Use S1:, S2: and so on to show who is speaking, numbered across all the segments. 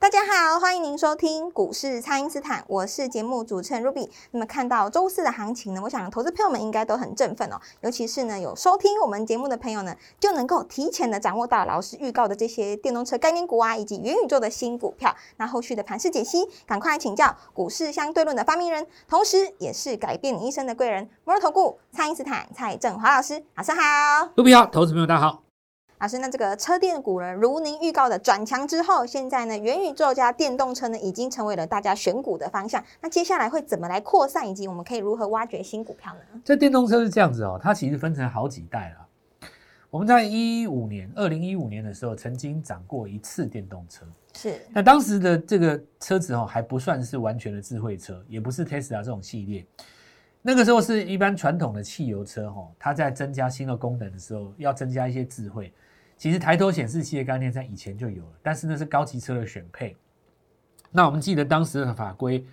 S1: 大家好，欢迎您收听股市蔡因斯坦，我是节目主持人 Ruby。那么看到周四的行情呢，我想投资朋友们应该都很振奋哦，尤其是呢有收听我们节目的朋友呢，就能够提前的掌握到老师预告的这些电动车概念股啊，以及元宇宙的新股票。那后续的盘势解析，赶快来请教股市相对论的发明人，同时也是改变你一生的贵人——摩尔投顾蔡因斯坦蔡振华老师，老师好。
S2: 卢比好，投资朋友大家好。
S1: 老师，那这个车电股呢，如您预告的转强之后，现在呢，元宇宙加电动车呢，已经成为了大家选股的方向。那接下来会怎么来扩散，以及我们可以如何挖掘新股票呢？
S2: 这电动车是这样子哦，它其实分成好几代了。我们在一五年，二零一五年的时候，曾经涨过一次电动车。
S1: 是
S2: 那当时的这个车子哦，还不算是完全的智慧车，也不是 Tesla 这种系列。那个时候是一般传统的汽油车哦，它在增加新的功能的时候，要增加一些智慧。其实抬头显示器的概念在以前就有了，但是那是高级车的选配。那我们记得当时的法规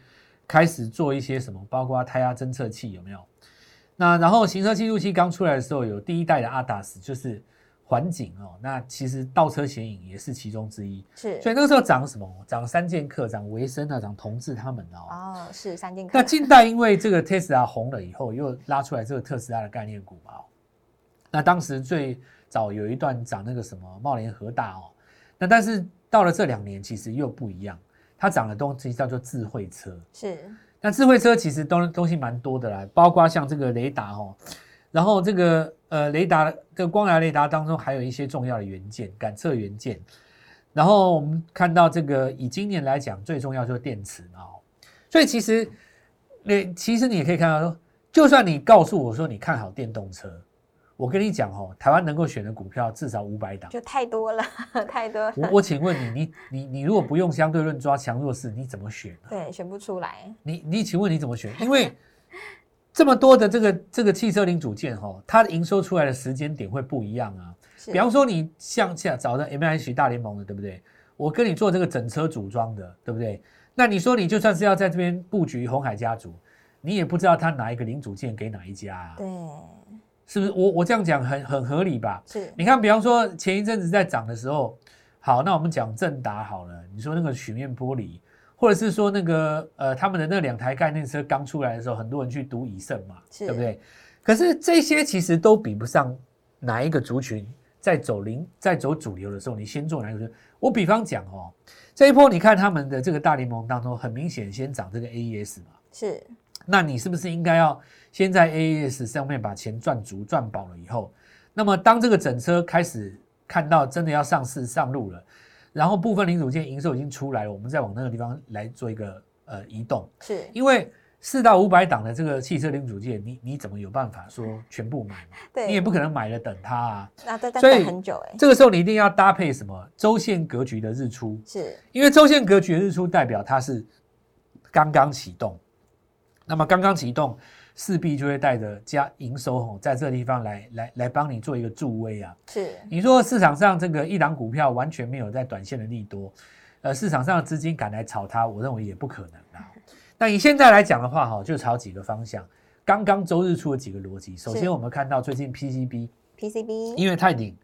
S2: 开始做一些什么，包括胎压侦测器有没有？那然后行车记录器刚出来的时候，有第一代的 ADAS 就是环景哦，那其实倒车显影也是其中之一。所
S1: 是
S2: 以那个时候涨什么？涨三剑客，涨维森啊，涨同志他们哦。
S1: 哦，是三剑客
S2: 那近代因为这个 Tesla 红了以后，又拉出来这个特斯拉的概念股嘛、哦。那当时最早有一段涨那个什么茂联和大哦，那但是到了这两年其实又不一样，它涨的东西叫做智慧车。
S1: 是
S2: 那智慧车其实东东西蛮多的啦，包括像这个雷达哦，然后这个呃雷达这个光疗雷达当中还有一些重要的元件，感测元件。然后我们看到这个以今年来讲，最重要就是电池嘛哦。所以其实你其实你也可以看到说，就算你告诉我说你看好电动车，我跟你讲哦，台湾能够选的股票至少五百档。
S1: 就太多了，太多
S2: 我
S1: 了，
S2: 我请问你，你你你如果不用相对论抓强弱势，你怎么选呢？
S1: 对，选不出来，
S2: 你你请问你怎么选？因为这么多的这个这个汽车零组件哈、哦，它的营收出来的时间点会不一样啊。
S1: 是
S2: 比方说你像像找的 M H 大联盟的，对不对？我跟你做这个整车组装的，对不对？那你说你就算是要在这边布局红海家族，你也不知道他哪一个零组件给哪一家啊？
S1: 对，
S2: 是不是？我我这样讲很很合理吧？
S1: 是
S2: 你看，比方说前一阵子在涨的时候，好，那我们讲正达好了，你说那个曲面玻璃，或者是说那个呃他们的那两台概念车刚出来的时候，很多人去赌以盛嘛，
S1: 是
S2: 对不对？可是这些其实都比不上哪一个族群在走零在走主流的时候，你先做哪一个族群？我比方讲哦，这一波你看他们的这个大联盟当中，很明显先涨这个 AES 嘛，
S1: 是
S2: 那你是不是应该要先在 AES 上面把钱赚足、赚饱了以后，那么当这个整车开始看到真的要上市上路了，然后部分零组件营收已经出来了，我们再往那个地方来做一个呃移动，
S1: 是，
S2: 因为四到五百档的这个汽车零组件，你你怎么有办法说全部买呢？你也
S1: 对，
S2: 不可能买了等它啊。
S1: 那再再
S2: 所以
S1: 等很久哎，
S2: 这个时候你一定要搭配什么周线格局的日出，
S1: 是
S2: 因为周线格局的日出代表它是刚刚启动，那么刚刚启动势必就会带着加营收吼，在这个地方来来来帮你做一个助威啊。
S1: 是
S2: 你说市场上这个一档股票完全没有在短线的利多，呃，市场上的资金赶来炒它，我认为也不可能啊。那以现在来讲的话，哈，就炒几个方向。刚刚周日出了几个逻辑，首
S1: 是
S2: 先我们看到最近 PCB，
S1: PCB，
S2: 因为泰鼎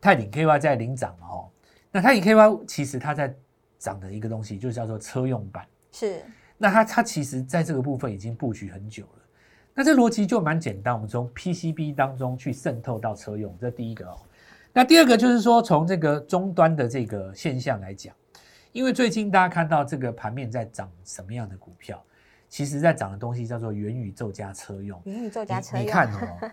S2: 泰鼎 KY 在领涨嘛哦，那泰鼎 KY 其实它在涨的一个东西就叫做车用版，
S1: 是
S2: 那它它其实在这个部分已经布局很久了。那这逻辑就蛮简单，我们从 PCB 当中去渗透到车用，这第一个哦。那第二个就是说，从这个终端的这个现象来讲，因为最近大家看到这个盘面在涨什么样的股票，其实在涨的东西叫做元宇宙加车用。
S1: 元宇宙加车
S2: 你
S1: 用，
S2: 你看 哦，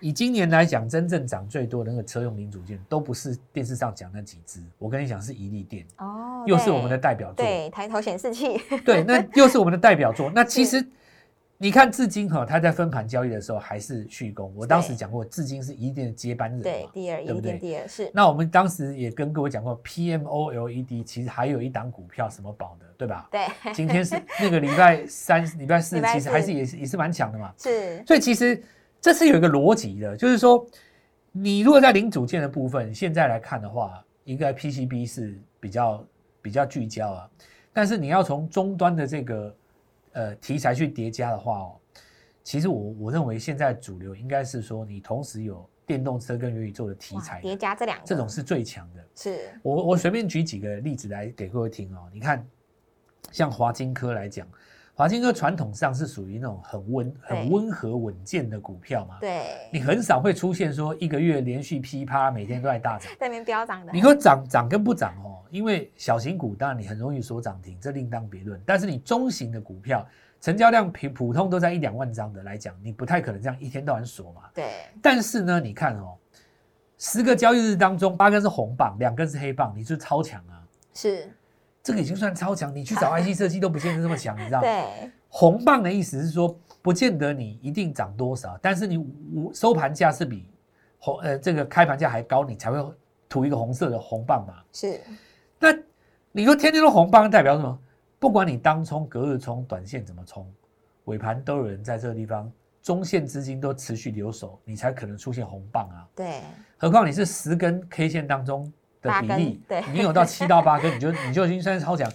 S2: 以今年来讲，真正涨最多的那个车用零组件，都不是电视上讲那几只。我跟你讲，是一利电，
S1: 哦，
S2: 又是
S1: 对
S2: 我们的代表作。
S1: 对抬头显示器，
S2: 对，那又是我们的代表作。那其实你看至今哈，它在分盘交易的时候还是续攻。我当时讲过，至今是一店的接班人嘛。
S1: 对，第二
S2: 对
S1: 一
S2: 不
S1: 点
S2: 对
S1: 第二是？
S2: 那我们当时也跟各位讲过，PMOLED E 其实还有一档股票什么宝的，对吧
S1: 对，
S2: 今天是那个礼拜三、礼拜 四
S1: 礼，拜
S2: 其实还是
S1: 四
S2: 也是也是蛮强的嘛。
S1: 是
S2: 所以其实这是有一个逻辑的，就是说，你如果在零组件的部分现在来看的话，应该 PCB 是比较比较聚焦啊，但是你要从终端的这个呃题材去叠加的话哦，其实我我认为现在主流应该是说你同时有电动车跟元宇宙的题
S1: 哇
S2: 材的，
S1: 叠加这两个，
S2: 这种是最强的。
S1: 是
S2: 我我随便举几个例子来给各位听哦。你看，像华金科来讲，华金科传统上是属于那种很温、很
S1: 对
S2: 温和、稳健的股票嘛。
S1: 对
S2: 啊你很少会出现说一个月连续噼啪，每天都在 大涨。
S1: 在那边飙涨的，
S2: 你说涨涨跟不涨哦，因为小型股当然你很容易锁涨停，这另当别论。但是你中型的股票，成交量平普通都在一两万张的来讲，你不太可能这样一天到晚锁嘛。
S1: 对
S2: 但是呢，你看哦，十个交易日当中，八根是红棒，两根是黑棒，你是超强啊。
S1: 是，
S2: 这个已经算超强，你去找 IC 设计都不见得这么强，你知道吗？
S1: 对
S2: 红棒的意思是说，不见得你一定涨多少，但是你我收盘价是比红呃这个开盘价还高，你才会涂一个红色的红棒嘛。
S1: 是
S2: 那你说天天都红棒代表什么？不管你当冲、隔日冲、短线怎么冲，尾盘都有人在这个地方，中线资金都持续留守，你才可能出现红棒啊。
S1: 对
S2: 何况你是十根 K 线当中的比例，
S1: 八根对
S2: 你有到七 到八根，你就你就已经算是超强。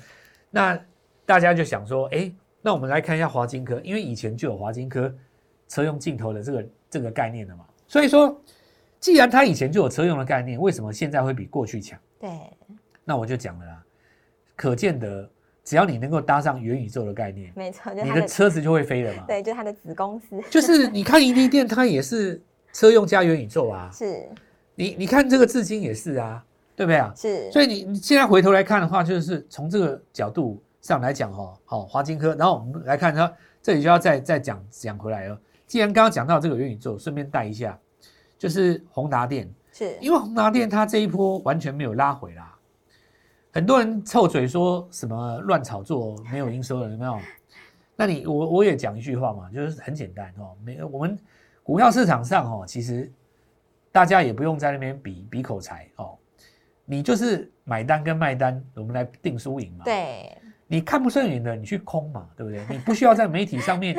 S2: 那大家就想说，哎，那我们来看一下华金科，因为以前就有华金科车用镜头的这个这个概念了嘛。所以说，既然它以前就有车用的概念，为什么现在会比过去强？
S1: 对，
S2: 那我就讲了啦，可见得只要你能够搭上元宇宙的概念，
S1: 没错，就是
S2: 你
S1: 它
S2: 的
S1: 的
S2: 车子就会飞了嘛。
S1: 对，就是它的子公 司
S2: 就是你看一利店，它也是车用加元宇宙 啊。
S1: 是
S2: 你你看这个至今也是啊，对不对啊？
S1: 是，
S2: 所以你你现在回头来看的话，就是从这个角度上来讲哈、哦，好、华金科，然后我们来看它这里就要再再讲讲回来了。哦既然刚刚讲到这个元宇宙，顺便带一下，就是宏达电，
S1: 是
S2: 因为宏达电它这一波完全没有拉回啦，很多人臭嘴说什么乱炒作没有营收了，有没有？那你我我也讲一句话嘛，就是很简单哦，没我们股票市场上哦，其实大家也不用在那边比比口才哦，你就是买单跟卖单，我们来定输赢嘛。，
S1: 对
S2: 你看不顺眼的，你去空嘛，对不对？你不需要在媒体上面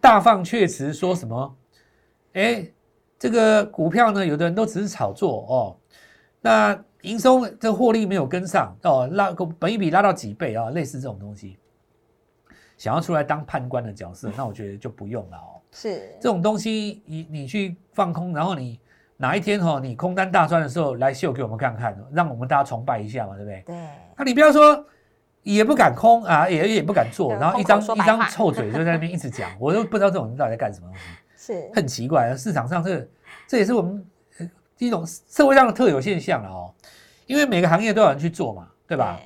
S2: 大放厥词，说什么，哎，这个股票呢，有的人都只是炒作哦，那营收这获利没有跟上哦，拉本一比拉到几倍啊、类似这种东西，想要出来当判官的角色，那我觉得就不用了哦。
S1: 是
S2: 这种东西你你去放空，然后你哪一天哦，你空单大赚的时候来秀给我们看看，让我们大家崇拜一下嘛，对不对？
S1: 对
S2: 那啊你不要说也不敢空啊，也也不敢做，
S1: 对
S2: 然后一
S1: 空口
S2: 张
S1: 说
S2: 一
S1: 白
S2: 张
S1: 话
S2: 臭嘴就在那边一直讲，我都不知道这种人到底在干什么东西，
S1: 是
S2: 很奇怪。市场上这这也是我们呃一种社会上的特有现象了哦，因为每个行业都有人去做嘛，对吧？？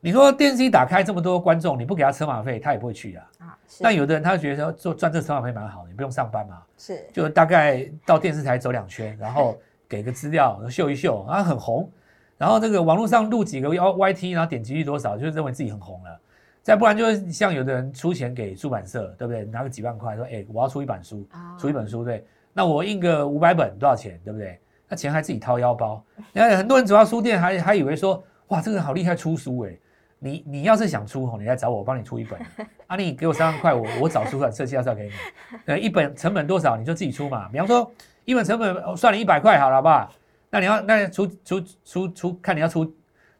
S2: 你说电视一打开这么多观众，你不给他车马费，他也不会去啊。
S1: 啊，是
S2: 那有的人他就觉得说做赚这车马费蛮好的，你不用上班嘛，
S1: 是
S2: 就大概到电视台走两圈，然后给个资料秀一秀，然后很红，然后这个网络上录几个 Y YT，然后点击率多少，就认为自己很红了。再不然就是像有的人出钱给出版社，对不对？拿个几万块说，哎、我要出一本书，
S1: 啊
S2: 出一本书，对，那我印个五百本多少钱，对不对？那钱还自己掏腰包。你看很多人走到书店还还以为说，哇，这个人好厉害，出书哎、你你要是想出吼，你来找我，我帮你出一本。啊，你给我三万块，我我找出版设计要照给你。呃，一本成本多少你就自己出嘛。比方说一本成本哦算你一百块好了，好不好？那你要那出出出出看你要出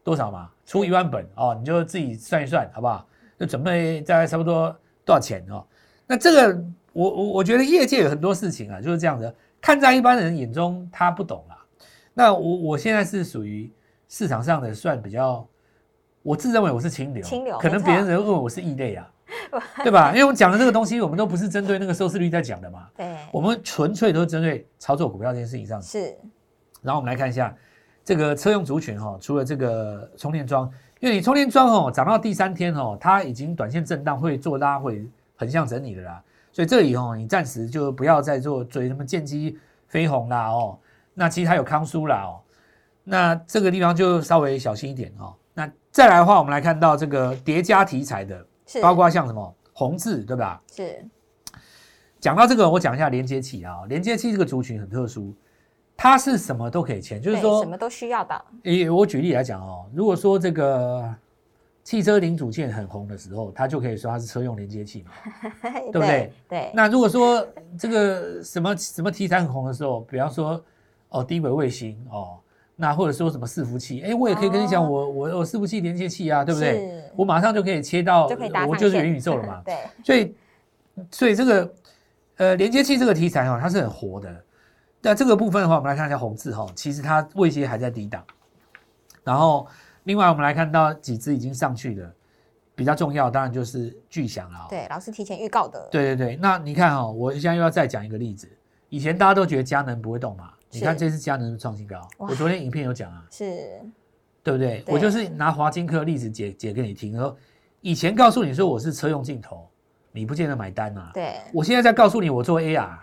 S2: 多少嘛？出一万本哦，你就自己算一算，好不好？就准备大概差不多多少钱哦？那这个我我我觉得业界有很多事情啊，就是这样子，看在一般人眼中他不懂啦。那我我现在是属于市场上的算比较，我自认为我是清流，
S1: 清流
S2: 可能
S1: 没错
S2: 别人认为我是异类啊，对吧？因为我们讲的这个东西，我们都不是针对那个收视率在讲的嘛，
S1: 对
S2: 我们纯粹都是针对操作股票这件事情上。
S1: 是
S2: 然后我们来看一下这个车用族群哈、哦，除了这个充电桩，因为你充电桩哦涨到第三天哦，它已经短线震荡会做拉回横向整理的啦，所以这里哦你暂时就不要再做追什么剑机飞鸿啦哦，那其实还有康舒啦哦，那这个地方就稍微小心一点哦。那再来的话，我们来看到这个叠加题材的，
S1: 是
S2: 包括像什么宏志对吧？
S1: 是
S2: 讲到这个，我讲一下连接器啊，连接器这个族群很特殊，它是什么都可以签，就是
S1: 对
S2: 说
S1: 什么都需要的，
S2: 诶，我举例来讲哦，如果说这个汽车零组件很红的时候，它就可以说它是车用连接器嘛。
S1: 哎对
S2: 不对？
S1: 对，
S2: 那如果说这个什么什么题材很红的时候，比方说哦低轨卫星哦，那或者说什么伺服器，诶，哎我也可以跟你讲，
S1: 哦
S2: 我我我伺服器连接器啊，对不对？
S1: 是
S2: 我马上就可以切到，
S1: 就可以搭上
S2: 我就是
S1: 线。
S2: 元宇宙了嘛
S1: 对，
S2: 所以所以这个呃连接器这个题材哦，它是很活的。那这个部分的话，我们来看一下红字哈、哦，其实它位阶还在低档。然后另外我们来看到几只已经上去的，比较重要当然就是巨响了、哦。
S1: 对，老师提前预告的，
S2: 对对对那你看哦，我现在又要再讲一个例子。以前大家都觉得佳能不会动嘛，你看
S1: 是
S2: 这次佳能创新高，
S1: 哇
S2: 我昨天影片有讲啊，
S1: 是，
S2: 对不对？
S1: 对
S2: 我就是拿华金科例子解解给你听，说以前告诉你说我是车用镜头，你不见得买单啊。
S1: 对，
S2: 我现在在告诉你，我做 AR，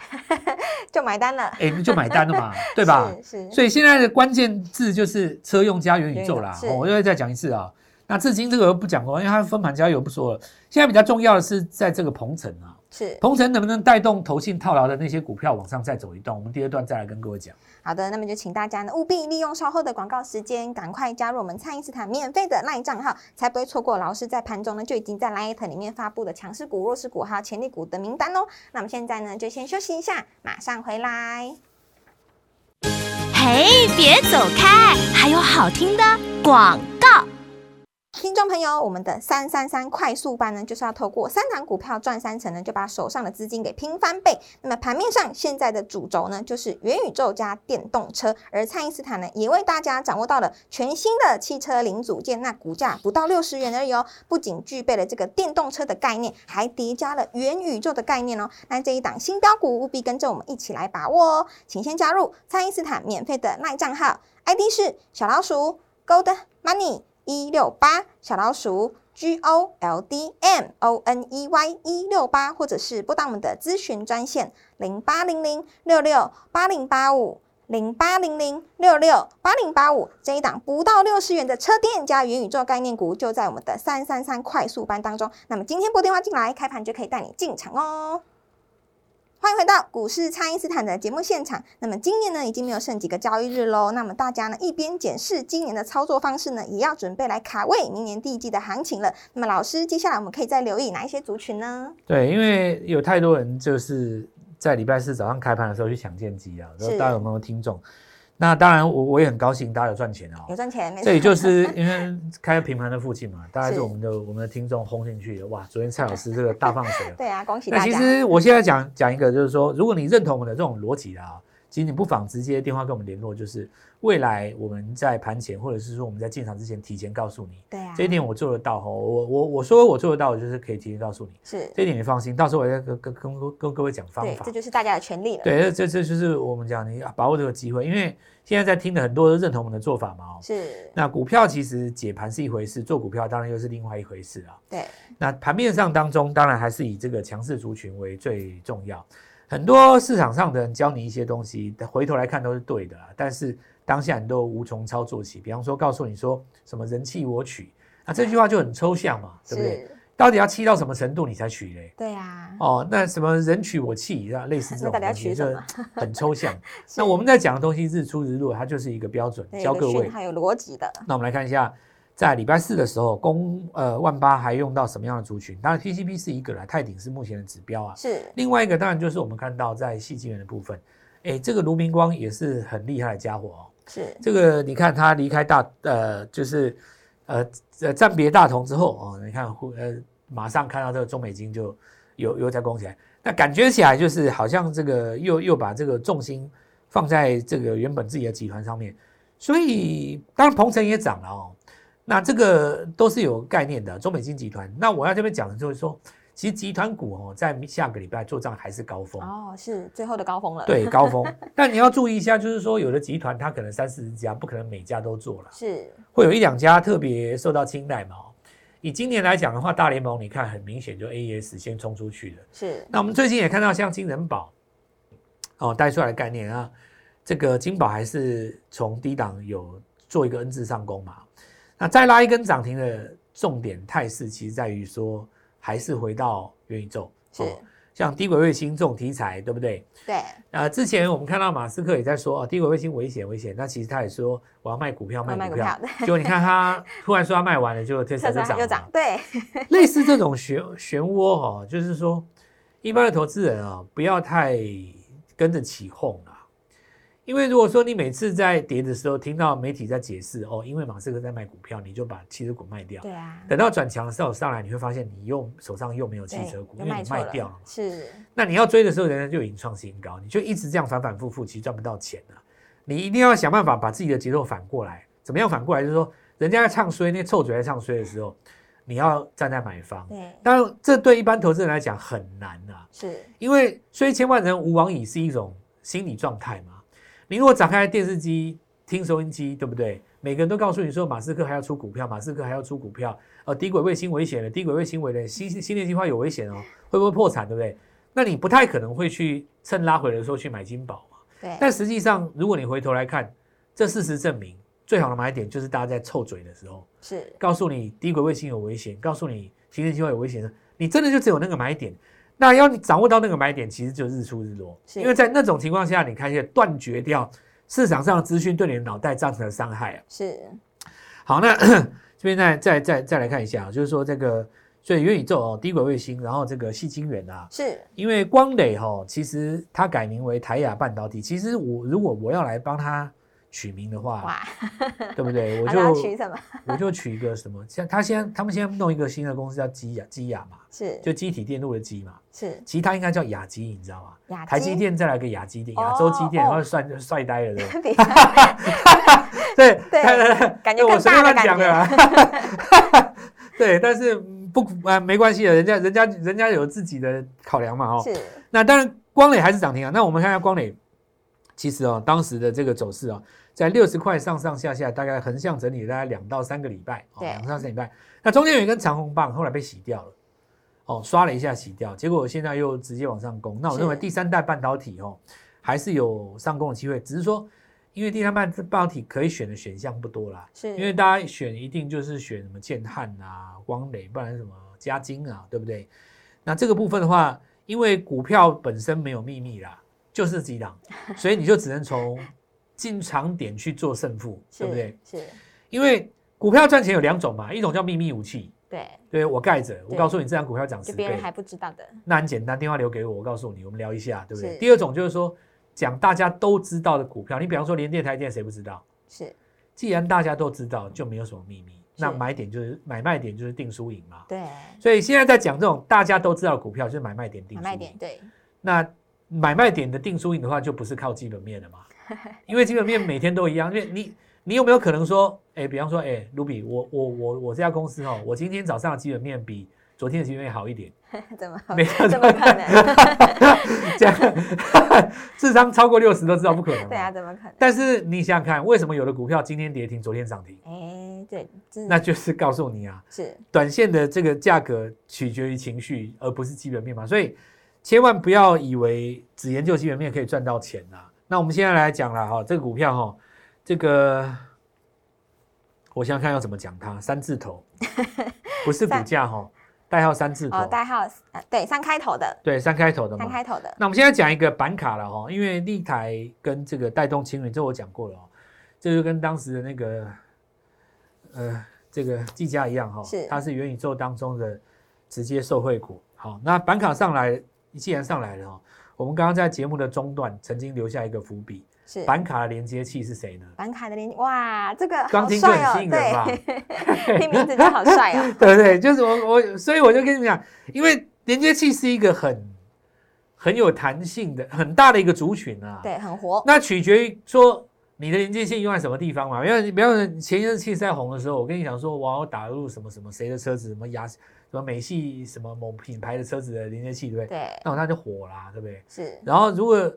S1: 就买单了，
S2: 哎、你就买单了嘛，对吧？
S1: 是是，
S2: 所以现在的关键字就是车用加元宇宙啦
S1: 元宇。宙
S2: 哦
S1: 是
S2: 我又再讲一次啊，那至今这个不讲过，因为它分盘交易我不说了。现在比较重要的是在这个鹏程啊，
S1: 是
S2: 鹏程能不能带动投信套牢的那些股票往上再走一段？我们第二段再来跟各位讲。
S1: 好的，那么就请大家呢务必利用稍后的广告时间，赶快加入我们蔡因斯坦免费的 LINE 账号，才不会错过老师在盘中呢就已经在 LINE 里面发布的强势股、弱势股还有潜力股的名单哦。那我们现在呢就先休息一下，马上回来。
S3: 嘿，别走开，还有好听的广告。
S1: 听众朋友，我们的三三三快速班呢，就是要透过三档股票赚三成呢，就把手上的资金给拼翻倍。那么盘面上现在的主轴呢，就是元宇宙加电动车，而蔡因斯坦呢，也为大家掌握到了全新的汽车零组件，那股价不到六十元而已哦，不仅具备了这个电动车的概念，还叠加了元宇宙的概念哦。那这一档新标股务必跟着我们一起来把握哦，请先加入蔡因斯坦免费的 LINE 账号，ID 是小老鼠 Gold Money 一六八，小老鼠 G O L D M O N E Y 一六八，或者是拨打我们的咨询专线零八零零六六八零八五。零八零零六六八零八五这一档不到六十元的车店加元宇宙概念股，就在我们的三三三快速班当中。那么今天拨电话进来，开盘就可以带你进场哦。欢迎回到股市蔡因斯坦的节目现场。那么今年呢，已经没有剩几个交易日喽。那么大家呢，一边检视今年的操作方式呢，也要准备来卡位明年第一季的行情了。那么老师，接下来我们可以再留意哪一些族群呢？
S2: 对，因为有太多人就是在礼拜四早上开盘的时候去抢建机啊，不知道
S1: 是
S2: 大家有没有听众？那当然我，我也很高兴大家有赚钱啊、
S1: 有赚钱没错？
S2: 这也 就是因为开平盘的附近嘛，大概是
S1: 是。
S2: 我们的我们的听众轰进去的。哇，昨天蔡老师这个大放水
S1: 对啊，恭喜
S2: 那
S1: 大
S2: 其
S1: 家！
S2: 实我现在讲讲一个，就是说，如果你认同我们的这种逻辑啊，其实你不妨直接电话跟我们联络，就是未来我们在盘前或者是说我们在进场之前提前告诉你，
S1: 对啊，
S2: 这一点我做得到哦。我我我说我做得到，就是可以提前告诉你，
S1: 是
S2: 这一点你放心。到时候我再跟跟跟跟各位讲方
S1: 对，
S2: 法
S1: 这。就是大家的权利了。，
S2: 对，这这这就是我们讲你啊把握这个机会，因为现在在听的很多都认同我们的做法嘛哦。
S1: 是，
S2: 那股票其实解盘是一回事，做股票当然又是另外一回事啊。
S1: 对，
S2: 那盘面上当中，当然还是以这个强势族群为最重要。很多市场上的人教你一些东西，回头来看都是对的啦，啊但是当下你都无从操作起。比方说，告诉你说什么人气我取，那这句话就很抽象嘛，对不对？
S1: 是，
S2: 到底要气到什么程度你才取嘞？
S1: 对啊，
S2: 哦，那什么人取我气，那类似这种
S1: 那到底要
S2: 东西
S1: 取什么
S2: 就是很 抽象。
S1: 是
S2: 那我们在讲的东西日出日落，它就是一个标准，
S1: 对有
S2: 教
S1: 个
S2: 各位
S1: 讯。号有逻辑的，
S2: 那我们来看一下，在礼拜四的时候，公呃万八还用到什么样的族群？当然 TCP 是一个啦，泰鼎是目前的指标啊。
S1: 是
S2: 另外一个当然就是我们看到在细晶元的部分，哎，这个卢明光也是很厉害的家伙哦。
S1: 是，
S2: 这个你看他离开大呃就是呃呃暂别大同之后哦，你看忽呃马上看到这个中美金就又又再攻起来，那感觉起来就是好像这个又又把这个重心放在这个原本自己的集团上面，所以当然鹏程也涨了哦。那这个都是有概念的，中美金集团。那我要这边讲的就是说，其实集团股哦，在下个礼拜做账还是高峰，
S1: 哦，是最后的高 峰了。，
S2: 对高峰。但你要注意一下，就是说有的集团它可能三四十家，不可能每家都做了，
S1: 是，
S2: 会有一两家特别受到青睐嘛。哦以今年来讲的话，大联盟你看很明显就 AES 先冲出去的。
S1: 是，
S2: 那我们最近也看到像金人保，哦带出来的概念啊，这个金宝还是从低档有做一个 N 字上攻嘛。那再拉一根涨停的重点态势，其实在于说还是回到元宇宙。哦
S1: 是，
S2: 像低轨卫星这种题材，对不对？
S1: 对，
S2: 啊，之前我们看到马斯克也在说哦，低轨卫星危险危险，那其实他也说我要卖股票卖
S1: 卖
S2: 股
S1: 股
S2: 票
S1: 票，
S2: 结果你看他突然说他卖完了，就 Tesla
S1: 特斯
S2: 就
S1: 拉
S2: 涨
S1: 又
S2: 了
S1: 涨
S2: 嘛，，
S1: 对，
S2: 类似这种漩漩涡哦，就是说一般的投资人啊、不要太跟着起哄啦、因为如果说你每次在跌的时候听到媒体在解释哦，因为马斯克在卖股票，你就把汽车股卖掉。
S1: 对啊，
S2: 等到转强的时候上来，你会发现你又手上又没有汽
S1: 对
S2: 车股，
S1: 又
S2: 因为你
S1: 错
S2: 卖
S1: 了
S2: 掉了嘛。
S1: 是，
S2: 那你要追的时候，人家就已经创新高，你就一直这样反反复复，其实赚不到钱了。你一定要想办法把自己的节奏反过来，怎么样反过来？就是说，人家在唱衰，那臭嘴在唱衰的时候，你要站在买方。
S1: 对，
S2: 当然，这对一般投资人来讲很难啊，
S1: 是，
S2: 因为虽千万人吾往矣是一种心理状态嘛。你如果打开电视机、听收音机，对不对？每个人都告诉你说，马斯克还要出股票，马斯克还要出股票，呃，低轨卫星危险了，低轨卫星危险，新新电计划有危险哦，会不会破产，对不对？那你不太可能会去趁拉回来的时候去买金宝嘛。
S1: 对，
S2: 但实际上，如果你回头来看，这事实证明，最好的买点就是大家在臭嘴的时候，
S1: 是，
S2: 告诉你低轨卫星有危险，告诉你行政计划有危险的，你真的就只有那个买点。那要你掌握到那个买点，其实就日出日落，
S1: 是
S2: 因为在那种情况下，你开始断绝掉市场上的资讯对你的脑袋造成的伤害啊。
S1: 是，
S2: 好，那 这边再再再再来看一下啊，就是说这个所以元宇宙哦，低轨卫星，然后这个细晶圆啊，
S1: 是，
S2: 因为光磊哈、其实它改名为台亚半导体，其实我如果我要来帮它取名的话，
S1: 哇，
S2: 对不对？ 我
S1: 那要
S2: 就
S1: 取什么？
S2: 我就取一个什么，像他现在他们现在弄一个新的公司叫基亚基亚嘛，
S1: 是，
S2: 就机体电路的机嘛，
S1: 是
S2: 其实它应该叫雅基，你知道吗？
S1: 雅
S2: 台积
S1: 基，
S2: 电再来个雅积电，
S1: 哦
S2: 亚洲积电，
S1: 哦
S2: 然后帅帅呆 了，对不
S1: 比
S2: 对？
S1: 对
S2: 对对，
S1: 感觉
S2: 我
S1: 更
S2: 随便
S1: 大的
S2: 乱讲的啦。 对，但是嗯不啊，没关系的，人家人家人家有自己的考量嘛，哦。
S1: 是，
S2: 那当然，光磊还是涨停啊。那我们看一下光磊，其实哦，当时的这个走势哦，在六十块上上下下，大概横向整理了大概两到三个礼拜，哦，
S1: 对
S2: 两到三个礼拜。那中间有一根长红棒，后来被洗掉了，哦，刷了一下洗掉，结果现在又直接往上攻。那我
S1: 是
S2: 认为第三代半导体哦，还是有上攻的机会，只是说。因为第三代半导体可以选的选项不多啦，
S1: 是
S2: 因为大家选一定就是选什么建汉啊、光磊，不然什么嘉金啊，对不对？那这个部分的话，因为股票本身没有秘密啦，就是 几档，所以你就只能从进场点去做胜负，对不对
S1: 是？，是，
S2: 因为股票赚钱有两种嘛，一种叫秘密武器，
S1: 对，
S2: 对我盖着，我
S1: 对
S2: 告诉你这张股票涨十
S1: 就别
S2: 倍
S1: 人，还不知道的，
S2: 那很简单，电话留给我，我告诉你，我们聊一下，对不对？
S1: 是
S2: 第二种就是说讲大家都知道的股票，你比方说连电、台电，谁不知道？
S1: 是，
S2: 既然大家都知道，就没有什么秘密。那
S1: 嗯是
S2: 买点就是买卖点就是定输赢嘛。
S1: 对，
S2: 所以现在在讲这种大家都知道的股票，就是买卖点定
S1: 买
S2: 输
S1: 卖点，
S2: 赢。
S1: 对，
S2: 那买卖点的定输赢的话，就不是靠基本面 了嘛，因为基本面每天都一样。因为你你有没有可能说，哎，比方说，哎，卢比，我我我我这家公司哦，我今天早上的基本面比昨天的基本面好一点，
S1: 怎么
S2: 没有
S1: 怎么可能？
S2: 这样 智商超过六十都知道不可能嘛。
S1: 对啊， 怎么可能？
S2: 但是你想想看，为什么有的股票今天跌停，昨天涨停？
S1: 哎，对，这
S2: 那就是告诉你啊，
S1: 是
S2: 短线的这个价格取决于情绪，而不是基本面嘛。所以千万不要以为只研究基本面可以赚到钱啊。那我们现在来讲了哈，这个股票哈，这个我想想看要怎么讲它，三字 头，不是股价哈，代号三字头，
S1: 哦，代号呃对三开头的，
S2: 对，三开头的
S1: 三
S2: 嘛。
S1: 开头的，
S2: 那我们现在讲一个板卡了哈，因为立台跟这个带动青云，这我讲过了哦，这就跟当时的那个呃这个技嘉一样哈、
S1: 是
S2: 它是元宇宙当中的直接受惠股。好，那板卡上来，既然上来了哦，我们刚刚在节目的中段曾经留下一个伏笔，
S1: 是
S2: 板卡的连接器是谁呢？
S1: 板卡的连哇，这个
S2: 刚
S1: 好
S2: 听就很
S1: 帅哦，
S2: 吸引人吧
S1: 对， 听名字就好帅 哦，
S2: 对不对？就是我我，所以我就跟你们讲，因为连接器是一个很很有弹性的、很大的一个族群啊。
S1: 对，很活，
S2: 那取决于说你的连接线用在什么地方嘛。因为比方说前一阵汽车在红的时候，我跟你讲说，哇我要打入什么什么谁的车子，什么雅什么美系什么某品牌的车子的连接器，对不对？
S1: 对，
S2: 那我那就火啦，对不对？
S1: 是
S2: 然后如果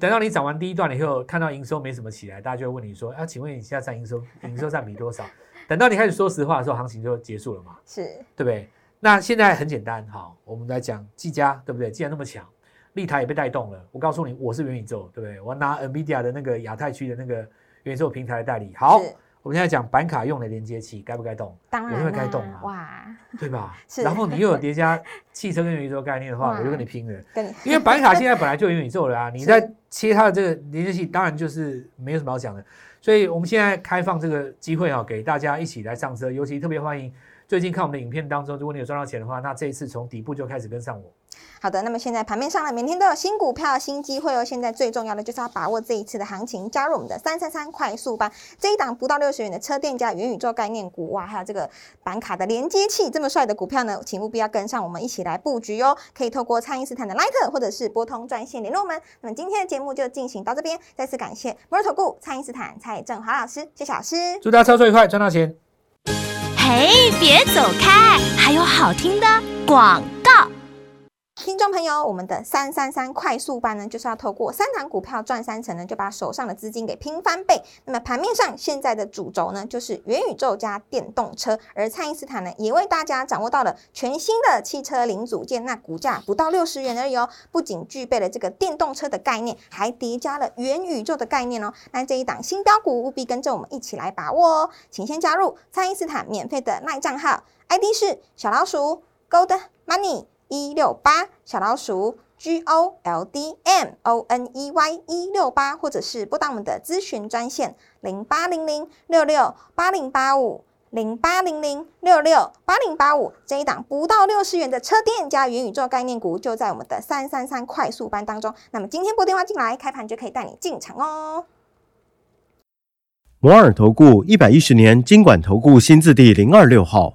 S2: 等到你涨完第一段了以后，看到营收没什么起来，大家就会问你说，啊，请问你现在占营收营收占比多少？等到你开始说实话的时候，行情就结束了嘛。
S1: 是
S2: 对不对？那现在很简单，好，我们来讲技嘉，对不对？既然那么强，立台也被带动了。我告诉你，我是元宇宙，对不对？我要拿 NVIDIA 的那个亚太区的那个元宇宙平台来代理。好
S1: 是，
S2: 我们现在讲板卡用的连接器该不该动？
S1: 当
S2: 我
S1: 然
S2: 认
S1: 啦
S2: 为该动啊，
S1: 哇，
S2: 对吧？
S1: 是
S2: 然后你又有叠加汽车跟元宇宙概念的话，
S1: 哇
S2: 我就跟你拼了。
S1: 跟你
S2: 因为板卡现在本来就有元宇宙了啊，你
S1: 是
S2: 在切它的这个连接器，当然就是没有什么好讲的。所以我们现在开放这个机会啊，给大家一起来上车，尤其特别欢迎最近看我们的影片当中，如果你有赚到钱的话，那这一次从底部就开始跟上我。
S1: 好的，那么现在盘面上呢，每天都有新股票、新机会哦。现在最重要的就是要把握这一次的行情，加入我们的三三三快速班这一档不到六十元的车店加元宇宙概念股啊哇，还有这个板卡的连接器，这么帅的股票呢，请务必要跟上我们一起来布局哟。可以透过蔡因斯坦的 Like 或者是拨通专线联络我们。那么今天的节目就进行到这边，再次感谢摩尔投顾蔡因斯坦蔡振华老师，谢谢老 师。
S2: 祝大家操作愉快，赚到钱！
S3: 嘿，别走开，还有好听的广告。
S1: 听众朋友，我们的三三三快速班呢，就是要透过三档股票赚三成呢，就把手上的资金给拼翻倍。那么盘面上现在的主轴呢，就是元宇宙加电动车，而蔡因斯坦呢，也为大家掌握到了全新的汽车零组件，那股价不到六十元而已哦，不仅具备了这个电动车的概念，还叠加了元宇宙的概念哦。那这一档新标股务必跟着我们一起来把握哦，请先加入蔡因斯坦免费的赖账号，ID 是小老鼠 Gold Money。一六八小老鼠 G O L D M O N E Y 一六八，或者是拨打我们的咨询专线零八零零六六八零八五零八零零六六八零八五。这一档不到六十元的车店加元宇宙概念股，就在我们的三三三快速班当中。那么今天拨电话进来，开盘就可以带你进场哦。
S4: 摩尔投顾一百一十年经管投顾新字第零二六号。